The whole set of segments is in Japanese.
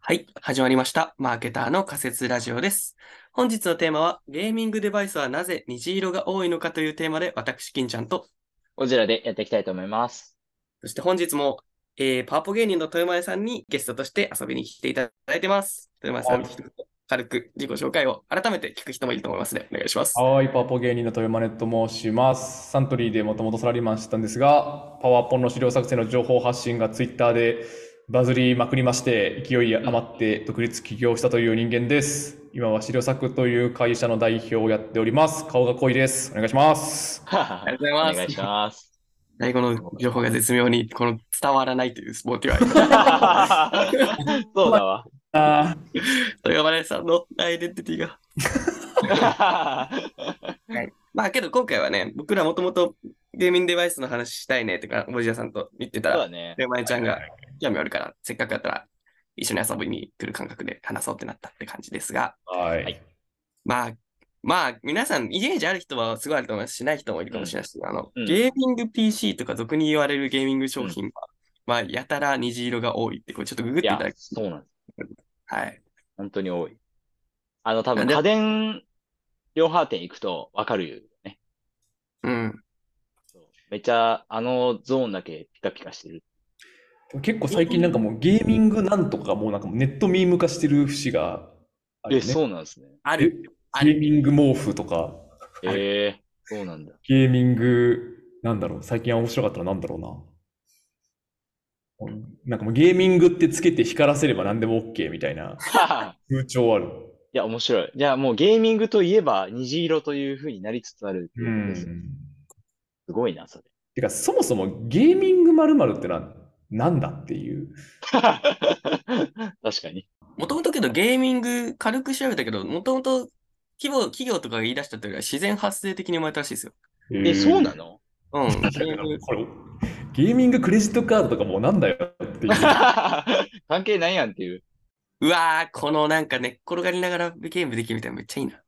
はい。始まりました。マーケターの仮説ラジオです。本日のテーマは、ゲーミングデバイスはなぜ虹色が多いのかというテーマで、私、金ちゃんと、こちらでやっていきたいと思います。そして本日も、えー、パワポ芸人の豊前さんにゲストとして遊びに来ていただいてます。豊前さん、はい一言軽く自己紹介を改めて聞く人もいると思いますので、お願いします。はーい、パワポ芸人の豊真根と申します。サントリーでもともとサラリーマンしてたんですが、パワポンの資料作成の情報発信がツイッターでバズりまくりまして、勢い余って独立起業したという人間です。今は資料作という会社の代表をやっております。顔が濃いです。お願いします。ありがとうございますお願いします。 最後の情報が絶妙に、この伝わらないというスポーティワイそうだわ。あ豊前さんのアイデンティティが。まあけど今回はね、僕らもともとゲーミングデバイスの話したいねとか、おじやさんと言ってたそうら、だね。で、まえちゃんが興味あるから、せっかくやったら一緒に遊びに来る感覚で話そうってなったって感じですが、あ、はい、はいまあ、まあ、皆さん、イメージある人はすごいあると思いますし、ない人もいるかもしれないし、あの、うんゲーミング PC とか俗に言われるゲーミング商品は、まあ、やたら虹色が多いって、これちょっとググっいていたやだ、きそうなんです。はい。本当に多い。あの、多なん分で家電量販店行くとわかるよね。うん。めっちゃあのゾーンだけピカピカしてる。結構最近なんかもうゲーミングなんとかがもうなんかもうネットミーム化してる節があるえ、よね。そうなんですね。ある。あゲる。ーミング毛布とか、ええ、そうなんだ。 ゲーミング、なんだろう、最近面白かったのなんだろうな。なんかもうゲーミングってつけて光らせれば何でも OK みたいな風潮ある。いや、面白い。じゃあもうゲーミングといえば虹色という風になりつつあるっていうことですね。すごいな、それ。 てか、そもそもゲーミング〇〇ってのはなんだっていう。確かに。もともとけど、ゲーミング、軽く調べたけど、もともと規模、企業とかが言い出したというよりは自然発生的に生まれたらしいですよ。え、そうなの うのん。ゲームこれ、ゲーミングクレジットカードとかもうなんだよっていう。 関係ないやんっていう。うわー、このなんか寝っ転がりながらゲームできるみたいなのめっちゃいいな。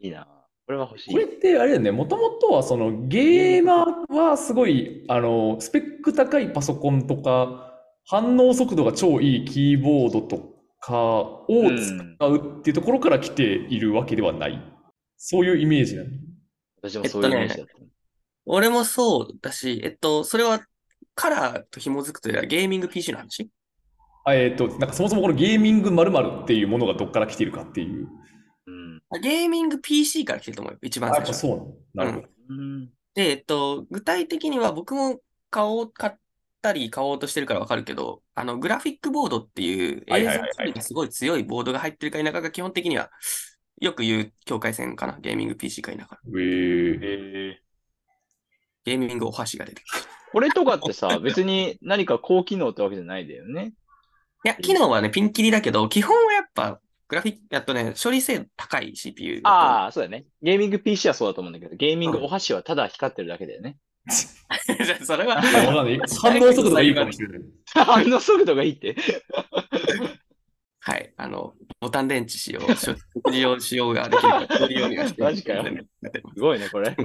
いいな。これは欲しいこ。れってあれだよね、もともとはそのゲーマーはすごいあのスペック高いパソコンとか反応速度が超いいキーボードとかをうん、使うっていうところから来ているわけではない。そういうイメージなの。私もそういうイメージだった。俺もそうだし、えっと、それはカラーと紐づくというよりはゲーミング PC の話あえっ、と、なんかそもそもこのゲーミング〇〇っていうものがどっから来ているかっていう。うんあゲーミング PC から来てると思うよ、一あ、番や最っぱ初。そうなの。なるほど。うん。で、えっと、具体的には僕も買おう、買ったり買おうとしてるからわかるけど、あの、グラフィックボードっていうはい映はい像はいはい処理がすごい強いボードが入ってるか否かが基本的には、よく言う境界線かな、ゲーミング PC か否か。えーえゲーミングお箸が出てくる。これとかって さ、別に何か高機能ってわけじゃないんだよね。いや、機能はね、ピンキリだけど、基本はやっぱ、グラフィック、やっとね、処理性能高い CPU だとああ、そうだね。ゲーミング PC はそうだと思うんだけど、ゲーミングうんお箸はただ光ってるだけだよね。 じゃあそれは、いやわかんない反応速度がいいかもしれない。あの速度がいいって。はい、あの、ボタン電池使用、食事用使用ができるから、取りようにはしてマジかよすごいね、こ れ。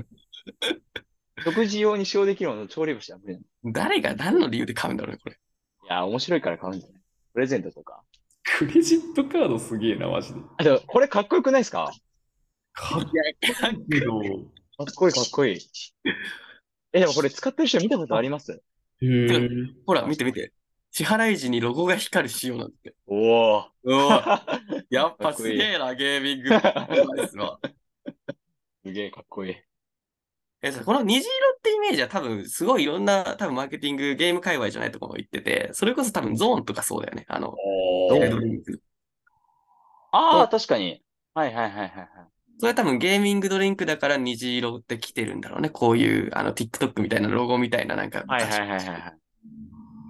食事用に使用できるものの調理箸は無理なの誰が何の理由で買うんだろうね、これ。いや、面白いから買うんじゃないプレゼントとか。クレジットカードすげえな、マジで。あ、でもこれかっこよくないですかかっこいいけど。かっこいい、かっこいい。え、でもこれ使ってる人見たことありますへーほら、見て見て。支払い時にロゴが光る仕様なんだって。おお。う わ、やっぱすげえな、ゲーミングですわ。すげえかっこいい。え、そうこの虹色ってイメージは多分、すごいいろんな、多分マーケティング、ゲーム界隈じゃないところも言ってて、それこそ多分ゾーンとかそうだよね。あの、おどーうあうんあ、確かに。はいはいはいはいはい。それは多分ゲーミングドリンクだから虹色って来てるんだろうね。こういう、あの、TikTok みたいなロゴみたいな、なんか、はいはいはいはいはい。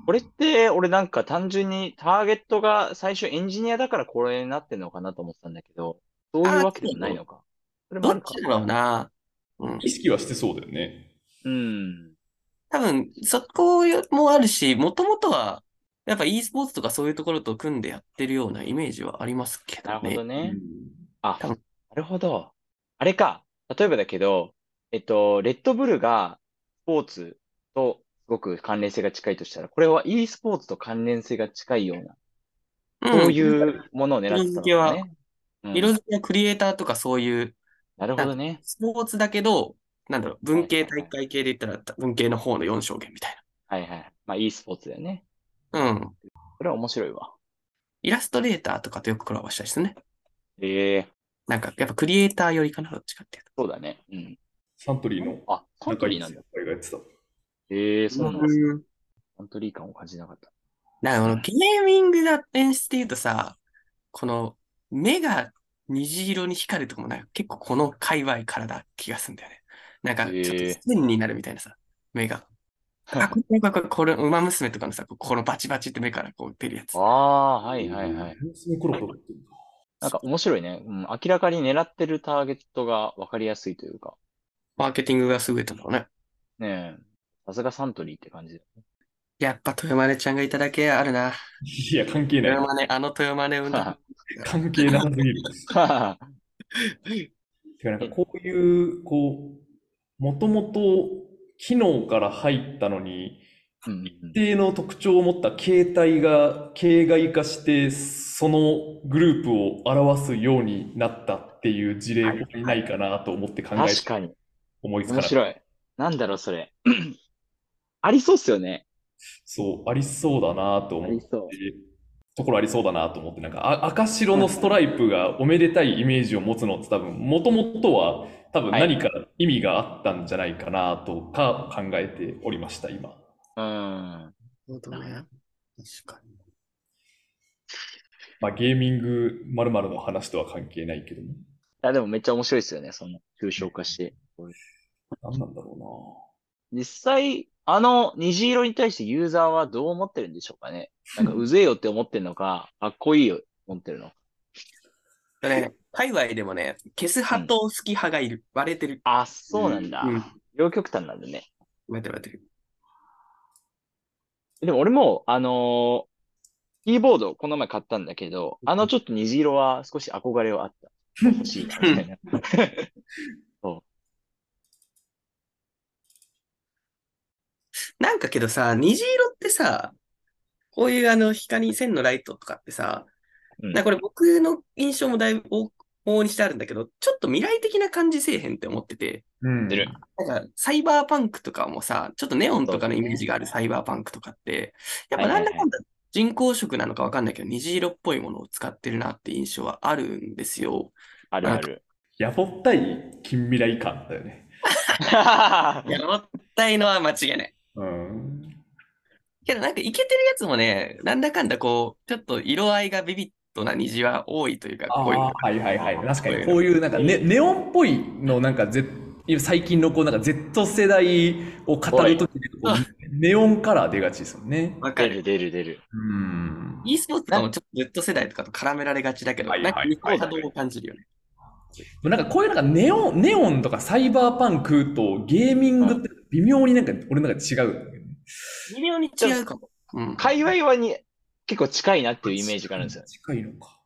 これって、俺なんか単純にターゲットが最初エンジニアだからこれになってんのかなと思ってたんだけど、そういうわけでもないのか。それもどあっるかち。だろうな。うん。意識はしてそうだよね。うん。多分、そこもあるし、もともとは、やっぱ e スポーツとかそういうところと組んでやってるようなイメージはありますけどなるほどね。ね。あ、多な分るほど。あれか。例えばだけど、えっと、レッドブルがスポーツとすごく関連性が近いとしたら、これは e スポーツと関連性が近いようなうどうんいうものを狙ってたのかね。うん色付けはクリエイターとかそういう、なるほどね。スポーツだけど、なんだろう、文系はいはいは体い会系で言ったら、文系の方の4証言みたいはいはい。まあ、いいスポーツだよね。な。うん。それは面白いわ。イラストレーターとかとよくコラボしたりするね。ええなんか、やっぱクリエイターよりかな、どっちかっていうと。そうだね。うん。サントリーのあ、カントリーなんだ。だ。がやってた。ええそうなんだ。うんカントリー感を感じなかった。なんかこのゲーミングな演出で言うとさ、この目が虹色に光るとこもなんか結構この界隈からだ気がするんだよね。なんかちょっへえと線になるみたいなさ、目が。あ、これ、これ、これ、これ、馬娘とかのさ、このバチバチって目からこう出るやつ。ああ、はいはいはい。。そのコロコロってんだなんか面白いね。うん、明らかに狙ってるターゲットが分かりやすいというか。マーケティングが優れたんだろうね。ねえ。さすがサントリーって感じだ。やっぱ豊真根ちゃんがいただけあるな。いや、関係ない豊。真根、あの豊真根を生んだ。関係なさすぎる。てか、なんかこういう、こう、もともと機能から入ったのに、 うんうん一定の特徴を持った形態が形骸化して、そのグループを表すようになったっていう事例、はい他にないかなと思って考うんえ確て、かに。思いつか面ない。白い。なんだろう、それ。 ありそうっすよね。そう、ありそうだなあと思っりて、そう。ところありそうだなと思って、なんかあ赤白のストライプがおめでたいイメージを持つのって多分、もともとは多分はい何か意味があったんじゃないかなとか考えておりました、今。うん。 本当ね。確かに。まあ、ゲーミング〇〇の話とは関係ないけどいも。や、でもめっちゃ面白いですよね。その、抽象化して。何なんだろ実際、あの虹色に対してユーザーはどう思ってるんでしょうかね。 なんか、うぜえよって思ってるのか、かっこいいよって思ってるのか。だね、界隈でもね、消す派と好き派がいる。割れてる。あ、そうなんだ。うん。両極端なんだね。割れてる割れてる。でも俺も、あのーキーボードこの前買ったんだけど、あのちょっと虹色は少し憧れはあった。欲しいな、みた いな。なんかけどさ、虹色ってさ、こういうあの光線のライトとかってさ、うんなんかこれ僕の印象もだいぶ往々にしてあるんだけど、ちょっと未来的な感じせえへんって思ってて、うな。うん出る。なんかサイバーパンクとかもさ、ちょっとネオンとかのイメージがあるサイバーパンクとかって、やっぱなんだかんだ人工色なのかわかんないけど、虹色っぽいものを使ってるなって印象はあるんですよ。あるある。やぼったい近未来感だよね。 やろったいのは間違いない。うん。けどなんかイケてるやつもね、なんだかんだこう、ちょっと色合いがビビッドな虹は多いというか、あこういう。あはいはいはい。確かこういに、うこういうなんかネネオンっぽいの、なんか Z、最近のこうなんか Z 世代を語るときにこ、はいうネオンカラー出がちですよね。わか出る。る出る出る。うん。 e スポーツとかもちょっと Z 世代とかと絡められがちだけど、はいはないんか日本波動を感じるよね。なんかこういうなんかネオン、ネオンとかサイバーパンクとゲーミングって微妙になんか俺なんか違うんだよね。微妙に違うかも。うん。界隈はに結構近いなっていうイメージがあるんですよね。近いのか。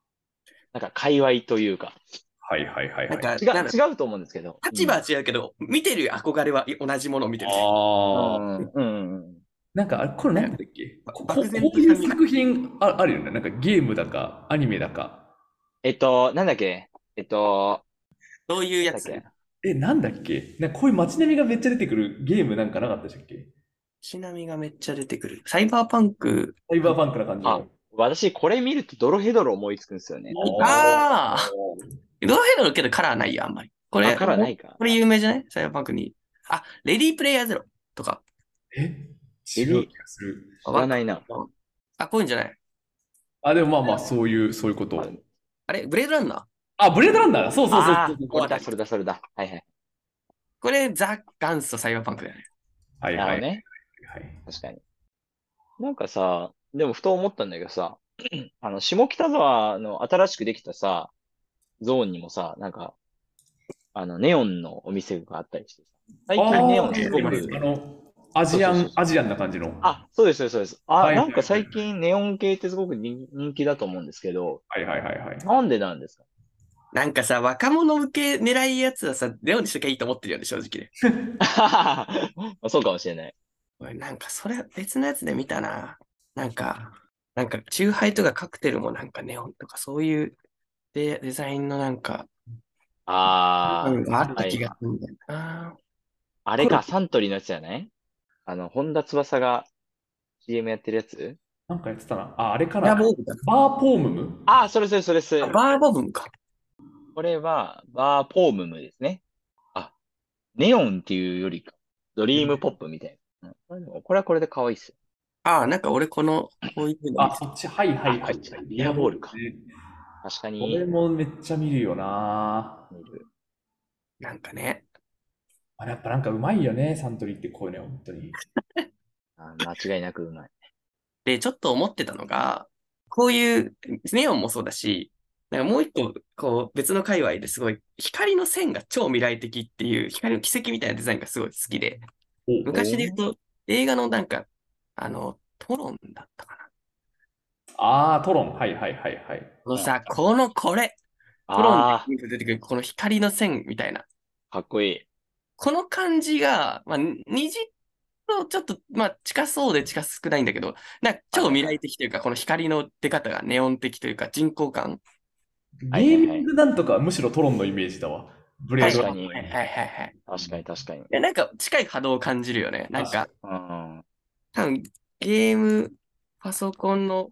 なんか、界隈というか。はいはいはいなはんい。か、違なんう、だ違うと思うんですけど。立場は違うけど、見てる憧れは同じものを見てる。うああ。んうんうんうん。なんかあれ、これなんだっけばここ漠然とこういう作品ああるよね。なんかゲームだか、アニメだか。えっと、なんだっけえっと、どういうなんやだっつけえ、なんだっけなんかこういう街並みがめっちゃ出てくるゲームなんかなかったでしたっけちなみがめっちゃ出てくる。サイバーパンク。サイバーパンクな感じあの。私、これ見るとドロヘドロ思いつくんですよね。ああードロヘドロけどカラーないよ、あんまり。これ、あ、からないか。これ有名じゃないサイバーパンクに。あ、レディープレイヤーゼロとか。え違う気がする。知らないな。あ、こういうんじゃないあ、でもまあまあ、そういう、そういうこと。あれブレードランナーあ、ブレードランナーだそうそうそうあそーうそう。これだ、それだ、それだ。はいはい。これ、ザ・元祖サイバーパンクだよね。はいなるはほどい。ね。はい確かに。なんかさ、でもふと思ったんだけどさ、 あの、下北沢の新しくできたさ、ゾーンにもさ、なんか、あの、ネオンのお店があったりしてさ。最近ネオンあすーごねく、あの、アジアそうそうンそ、うアジアンな感じの。あ、そうです、そうです、そうです。あ、はいなんか最近ネオン系ってすごく人人気だと思うんですけど、はいはいはいはい。なんでなんですか なんかさ、若者向け狙いやつはさ、レオンにしときゃいいと思ってるよね、正直ね。まあそうかもしれない。俺なんかそれ別のやつで見たな。なんか、なんか、チューハイとかカクテルもなんかネオンとかそういうデ、デザインのなんか、あうんあ、あった気はいがするんだよな。あれか、こサントリーのやつじゃないあの、本田翼が CM やってるやつなんかやってたな。あ、あれかバな。ーボームだバーポームムああ、それそれそれそれあ。バーボームか。これは、バーポームムですね。あ、ネオンっていうよりか、ドリームポップみたいな。うんこれでもこれはこれで可愛いっすよ。ああ、なんか俺この、こういうの見あ、てそっち、はいはいはい。ビアボールか。確かこれに、もめっちゃ見るよな。見るなんかね、あやっぱなんかうまいよね、サントリーってこういうの、本当に。あ間違いなくうまい。で、ちょっと思ってたのが、こういう、ネオンもそうだし、なんかもう一個、こう、別の界隈ですごい、光の線が超未来的っていう、光の軌跡みたいなデザインがすごい好きで、昔で言うと、映画のなんか、あの、トロンだったかな。ああ、トロン、はいはいはいはい。このさ、このこれ、トロあンで出てくる、この光の線みたいな。あ、かっこいい。この感じが、まあ、虹とちょっと、まあ、近そうで近少ないんだけど、なんか超未来的というか、この光の出方がネオン的というか、人工感。はいゲーミングなんとかはむしろトロンのイメージだわ。ブレード確かにはいはいはいはい。確かに確かに。いやなんか近い波動を感じるよね。なんか、うん。多分ゲーム、パソコンの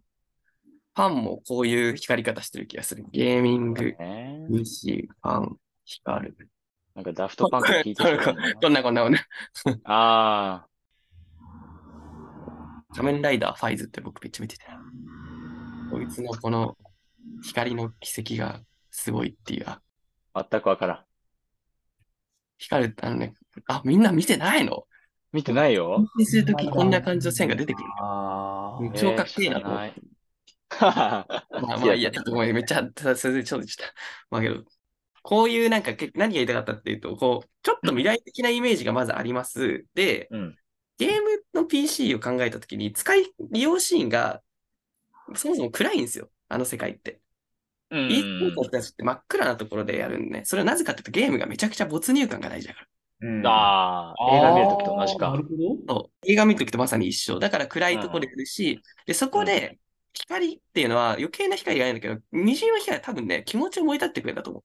ファンもこういう光り方してる気がする。ゲーミング、ね、西、ファン、光る。なんかダフトパンク聞いてしまうなこんなこんなこんな。あ仮面ライダーファイズって僕めっちゃ見てたな。こいつのこの光の軌跡がすごいっていう。あ、あ、全くわからん。光る、あのね、あ、みんな見てないの見てないよ。運転するときこんな感じの線が出てくる。あうんー超かっこいいなえー知らないままあまあいいや、ちょっとごめん、めっちゃ、ただ先生、ちょっとちょっと、まあけど、こういうなんか、け何が言いたかったっていうと、こう、ちょっと未来的なイメージがまずあります。で、うん。ゲームの PC を考えたときに、使い、利用シーンが、そもそも暗いんですよ。あの世界って。うん e スポーツの人たちって真っ暗なところでやるんで、ね、それはなぜかっていうと、ゲームがめちゃくちゃ没入感が大事だから。うんああ、映画見るときと同じあーなかる。ほど。そう映画見るときとまさに一緒。だから暗いところでやるし、で、そこうで、光っていうのは余計な光がないんだけど、虹の光は多分ね、気持ちを燃え立ってくれたと思う。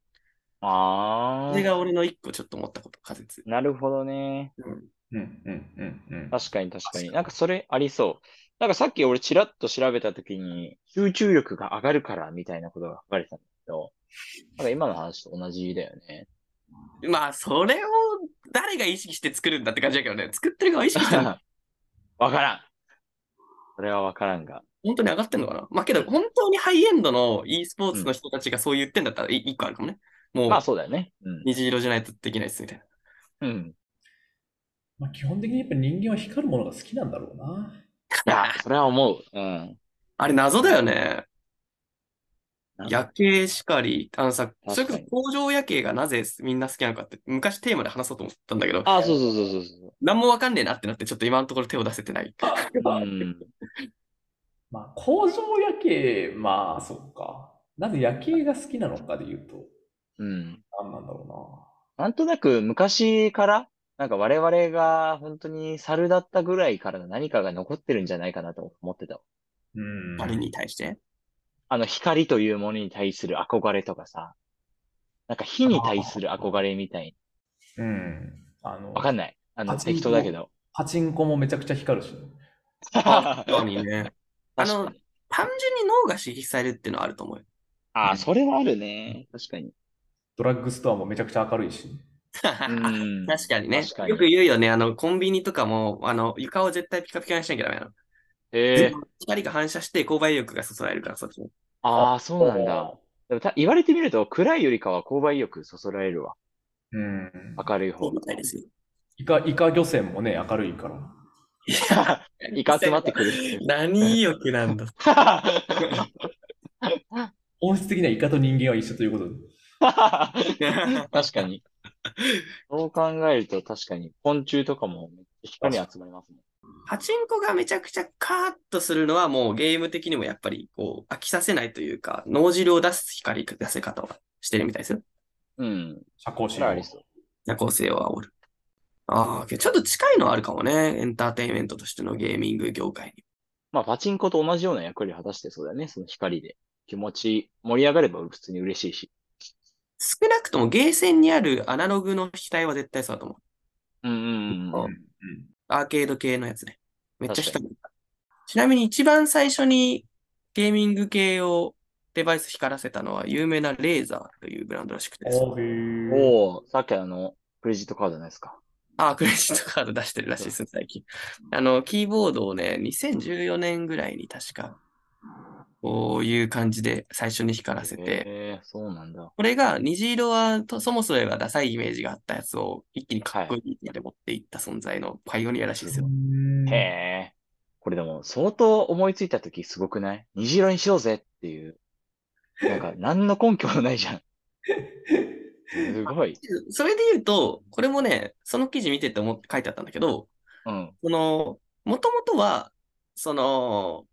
あそれあ、が俺の一個ちょっと思ったこと、仮説。なるほどね。うんうんうんうん。確かに確かに。なんかそれありそう。なんかさっき俺チラッと調べたときに、集中力が上がるからみたいなことが書かれてたんだけど、なんか今の話と同じだよ ね。まあ、それを誰が意識して作るんだって感じだけどね、作ってる側は意識してる わからん。それはわからんが。本当に上がってんのかなまあけど、本当にハイエンドの e スポーツの人たちがそう言ってんだったら、い一個あるかもね。もうまあ、そうだよね。うん。虹色じゃないとできないですみたいな。うん。まあ、基本的にやっぱり人間は光るものが好きなんだろうな。いや、それは思う。うん。あれ謎だよね。なんか夜景しかり、あのさ、それこ確かそに工場夜景がなぜみんな好きなのかって、昔テーマで話そうと思ったんだけど、あ、そうそうそうそうそ何もわかんねえなってなって、ちょっと今のところ手を出せてない。う。うん。まあ、工場夜景、まあ、そっか。なぜ夜景が好きなのかで言うと、うん。何なんだろなんとなく昔から、なんか我々が本当に猿だったぐらいからの何かが残ってるんじゃないかなと思ってたわ。うな。あれに対して。あの光というものに対する憧れとかさ、なんか火に対する憧れみたいうん。あな。のわかんない。あの、パチンコ適当だけ ど。パチンコもめちゃくちゃ光るしね、あ確かにね。あの確かに単純に脳が刺激されるっていうのはあると思うよ。あー、それはあるね。確かに。ドラッグストアもめちゃくちゃ明るいし。う ん。確かにね。確かによく言うよね。あの、コンビニとかも、あの、床を絶対ピカピカにしなきゃダメなの。ええ。光が反射して購買意欲がそそられるから、そっちも。ああ、そうなんだ。。でもた言われてみると、暗いよりかは購買意欲そそられるわ。うん。明るいそ方うみたいですよ。イカ、イカ漁船もね、明るいから。が。イカ集まってくる。何意欲なんだ。 本質的にはイカと人間は一緒ということで。確かに。そう考えると確かに、昆虫とかもめっちゃ光に集まりますね。パチンコがめちゃくちゃカーッとするのはもうゲーム的にもやっぱりこう飽きさせないというか、脳汁を出す光出せ方をしてるみたいですよ。うん。社交そ心れはあをり。そう。夜行性を煽る。ああ、けどちょっと近いのはあるかもね。エンターテインメントとしてのゲーミング業界に。まあ、パチンコと同じような役割を果たしてそうだよね。その光で。気持ち、盛り上がれば普通に嬉しいし。少なくともゲーセンにあるアナログの機体は絶対そうだと思う。うんうんうん。アーケード系のやつね。めっちゃ下確ちなみに一番最初にゲーミング系をデバイス光らせたのは有名なレーザーというブランドらしくてですね。おーおお、さっきあの、クレジットカードじゃないですか。あー、クレジットカード出してるらしいです、最近。あの、キーボードをね、2014年ぐらいに確か、こういう感じで最初に光らせて、えー、そうなんだ。これが虹色はとそもそもがダサいイメージがあったやつを一気にかっこいいまで持っていった存在のパイオニアらしいですよ。へえ。これでも、相当思いついたときすごくない虹色にしようぜっていう。なんか、何の根拠もないじゃん。すごい。それで言うと、これもね、その記事見てて思って書いてあったんだけど、うん。その、もともとは、その、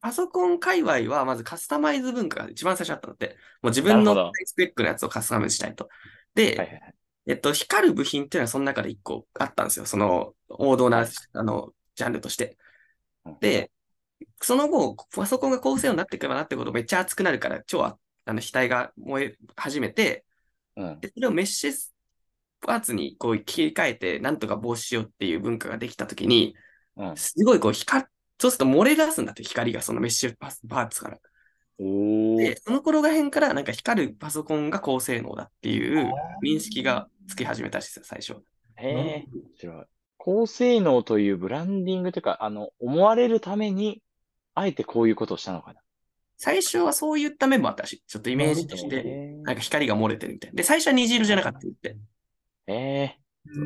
パソコン界隈はまずカスタマイズ文化が一番最初あったんだって。もう自分なるのほどスペックのやつをカスタマイズしたいと。はいで、はいはい。えっと、光る部品っていうのはその中で一個あったんですよ。その王道な、あの、ジャンルとしてうん。で、その後、パソコンが高性能になっていけばなってことめっちゃ熱くなるから、超ああの、額が燃え始めて、うん。で、それをメッシュパーツにこう切り替えて、なんとか防止しようっていう文化ができたときに、うん。すごいこう光、そうすると漏れ出すんだって、光がそのメッシュパスパーツから。おーで、その頃ら辺からなんか光るパソコンが高性能だっていう認識がつき始めたらしいですよ、最初。へえ、面白い。高性能というブランディングというか、あの、思われるために、あえてこういうことをしたのかな。最初はそういった面もあったらしい。ちょっとイメージとして、なんか光が漏れてるみたいな。で、最初は虹色じゃなかったって言って。ええ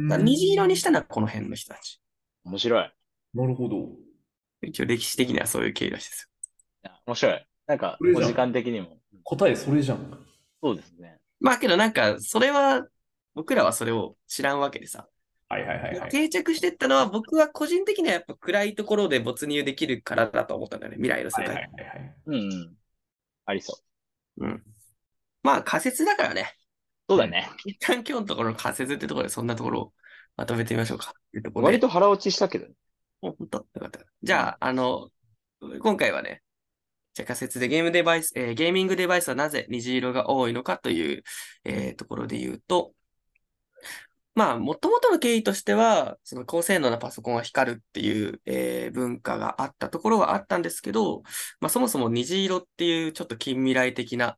だから虹色にしたのはこの辺の人たち。面白い。なるほど。一応歴史的にはそういう経緯らしいですよ。面白い。なんか、これじおゃん時間的にも。答えそれじゃん。そうですね。まあけどなんか、それは、僕らはそれを知らんわけでさ。はいはいはいはい。定着してったのは僕は個人的にはやっぱ暗いところで没入できるからだと思ったんだよね。未来の世はい界。はいはいはい。うんうん。ありそう。まあ仮説だからね。そうだね。一旦今日のところの仮説ってところでそんなところをまとめてみましょうか。というところで割と腹落ちしたけどね。お本当よかった。じゃあ、あの、今回はね、じゃあ仮説でゲームデバイス、えーゲーミングデバイスはなぜ虹色が多いのかという、えーところで言うと、まあ、もともとの経緯としては、その高性能なパソコンは光るっていう、えー文化があったところはあったんですけど、まあ、そもそも虹色っていうちょっと近未来的な、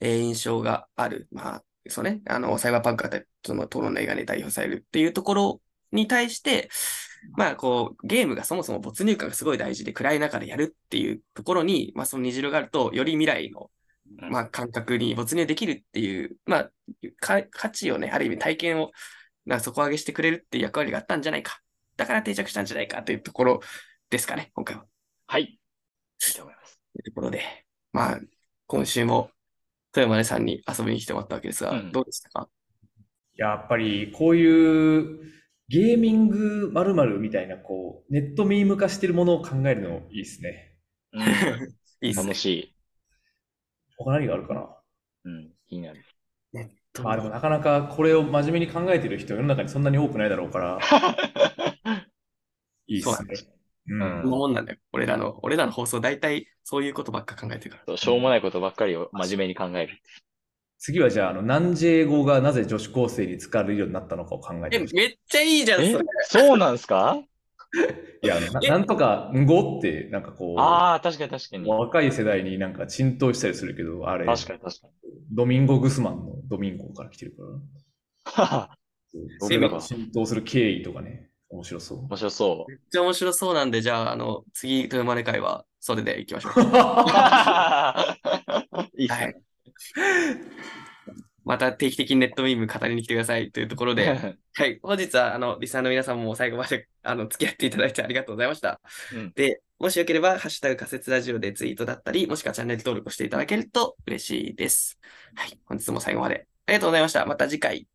えー印象がある。まあ、そうね、あの、サイバーパンクあたり、その討論の映画に代表されるっていうところに対して、まあこう、ゲームがそもそも没入感がすごい大事で暗い中でやるっていうところに、まあその虹色があると、より未来の、まあ感覚に没入できるっていう、まあか価値をね、ある意味体験を、なんか底上げしてくれるっていう役割があったんじゃないか。だから定着したんじゃないかというところですかね、今回は。はい。いいと思います。というところで、まあ今週も富山根さんに遊びに来てもらったわけですが、うんどうでしたかやっぱりこういうゲーミングまるみたいなこうネットミーム化してるものを考えるのいいですね。うんいいですね 楽。しい。他何があるかなうん。気になる。まあでもなかなかこれを真面目に考えてる人世の中にそんなに多くないだろう から、いいですね。うなんこんだなもんなんだよ。俺らの、俺らの放送、大体そういうことばっか考えてるから。そうしょうもないことばっかりを真面目に考える。次はじゃあ、あの、南ジェ語がなぜ女子高生に使われるようになったのかを考えてえ、ほしい。めっちゃいいじゃん、えそれ。そうなんすかいや、あのなえなんとか語って、なんかこう、ああ、確かに確かに。若い世代になんか浸透したりするけど、あれ、確かに確かに。ドミンゴ・グスマンのドミンゴから来てるから、ははドミンゴ浸透する経緯とかね、面白 そう。 面白そう。めっちゃ面白そうなんで、じゃあ、あの、次、豊丸会は、それで行きましょう。いいっす はねい。 また定期的にネットミーム語りに来てくださいというところで、はい、本日は、あの、リスナーの皆さんも最後まで、あの、付き合っていただいてありがとうございました。うんで、もしよければ、ハッシュタグ仮説ラジオでツイートだったり、もしくはチャンネル登録をしていただけると嬉しいです。はい、本日も最後までありがとうございました。また次回。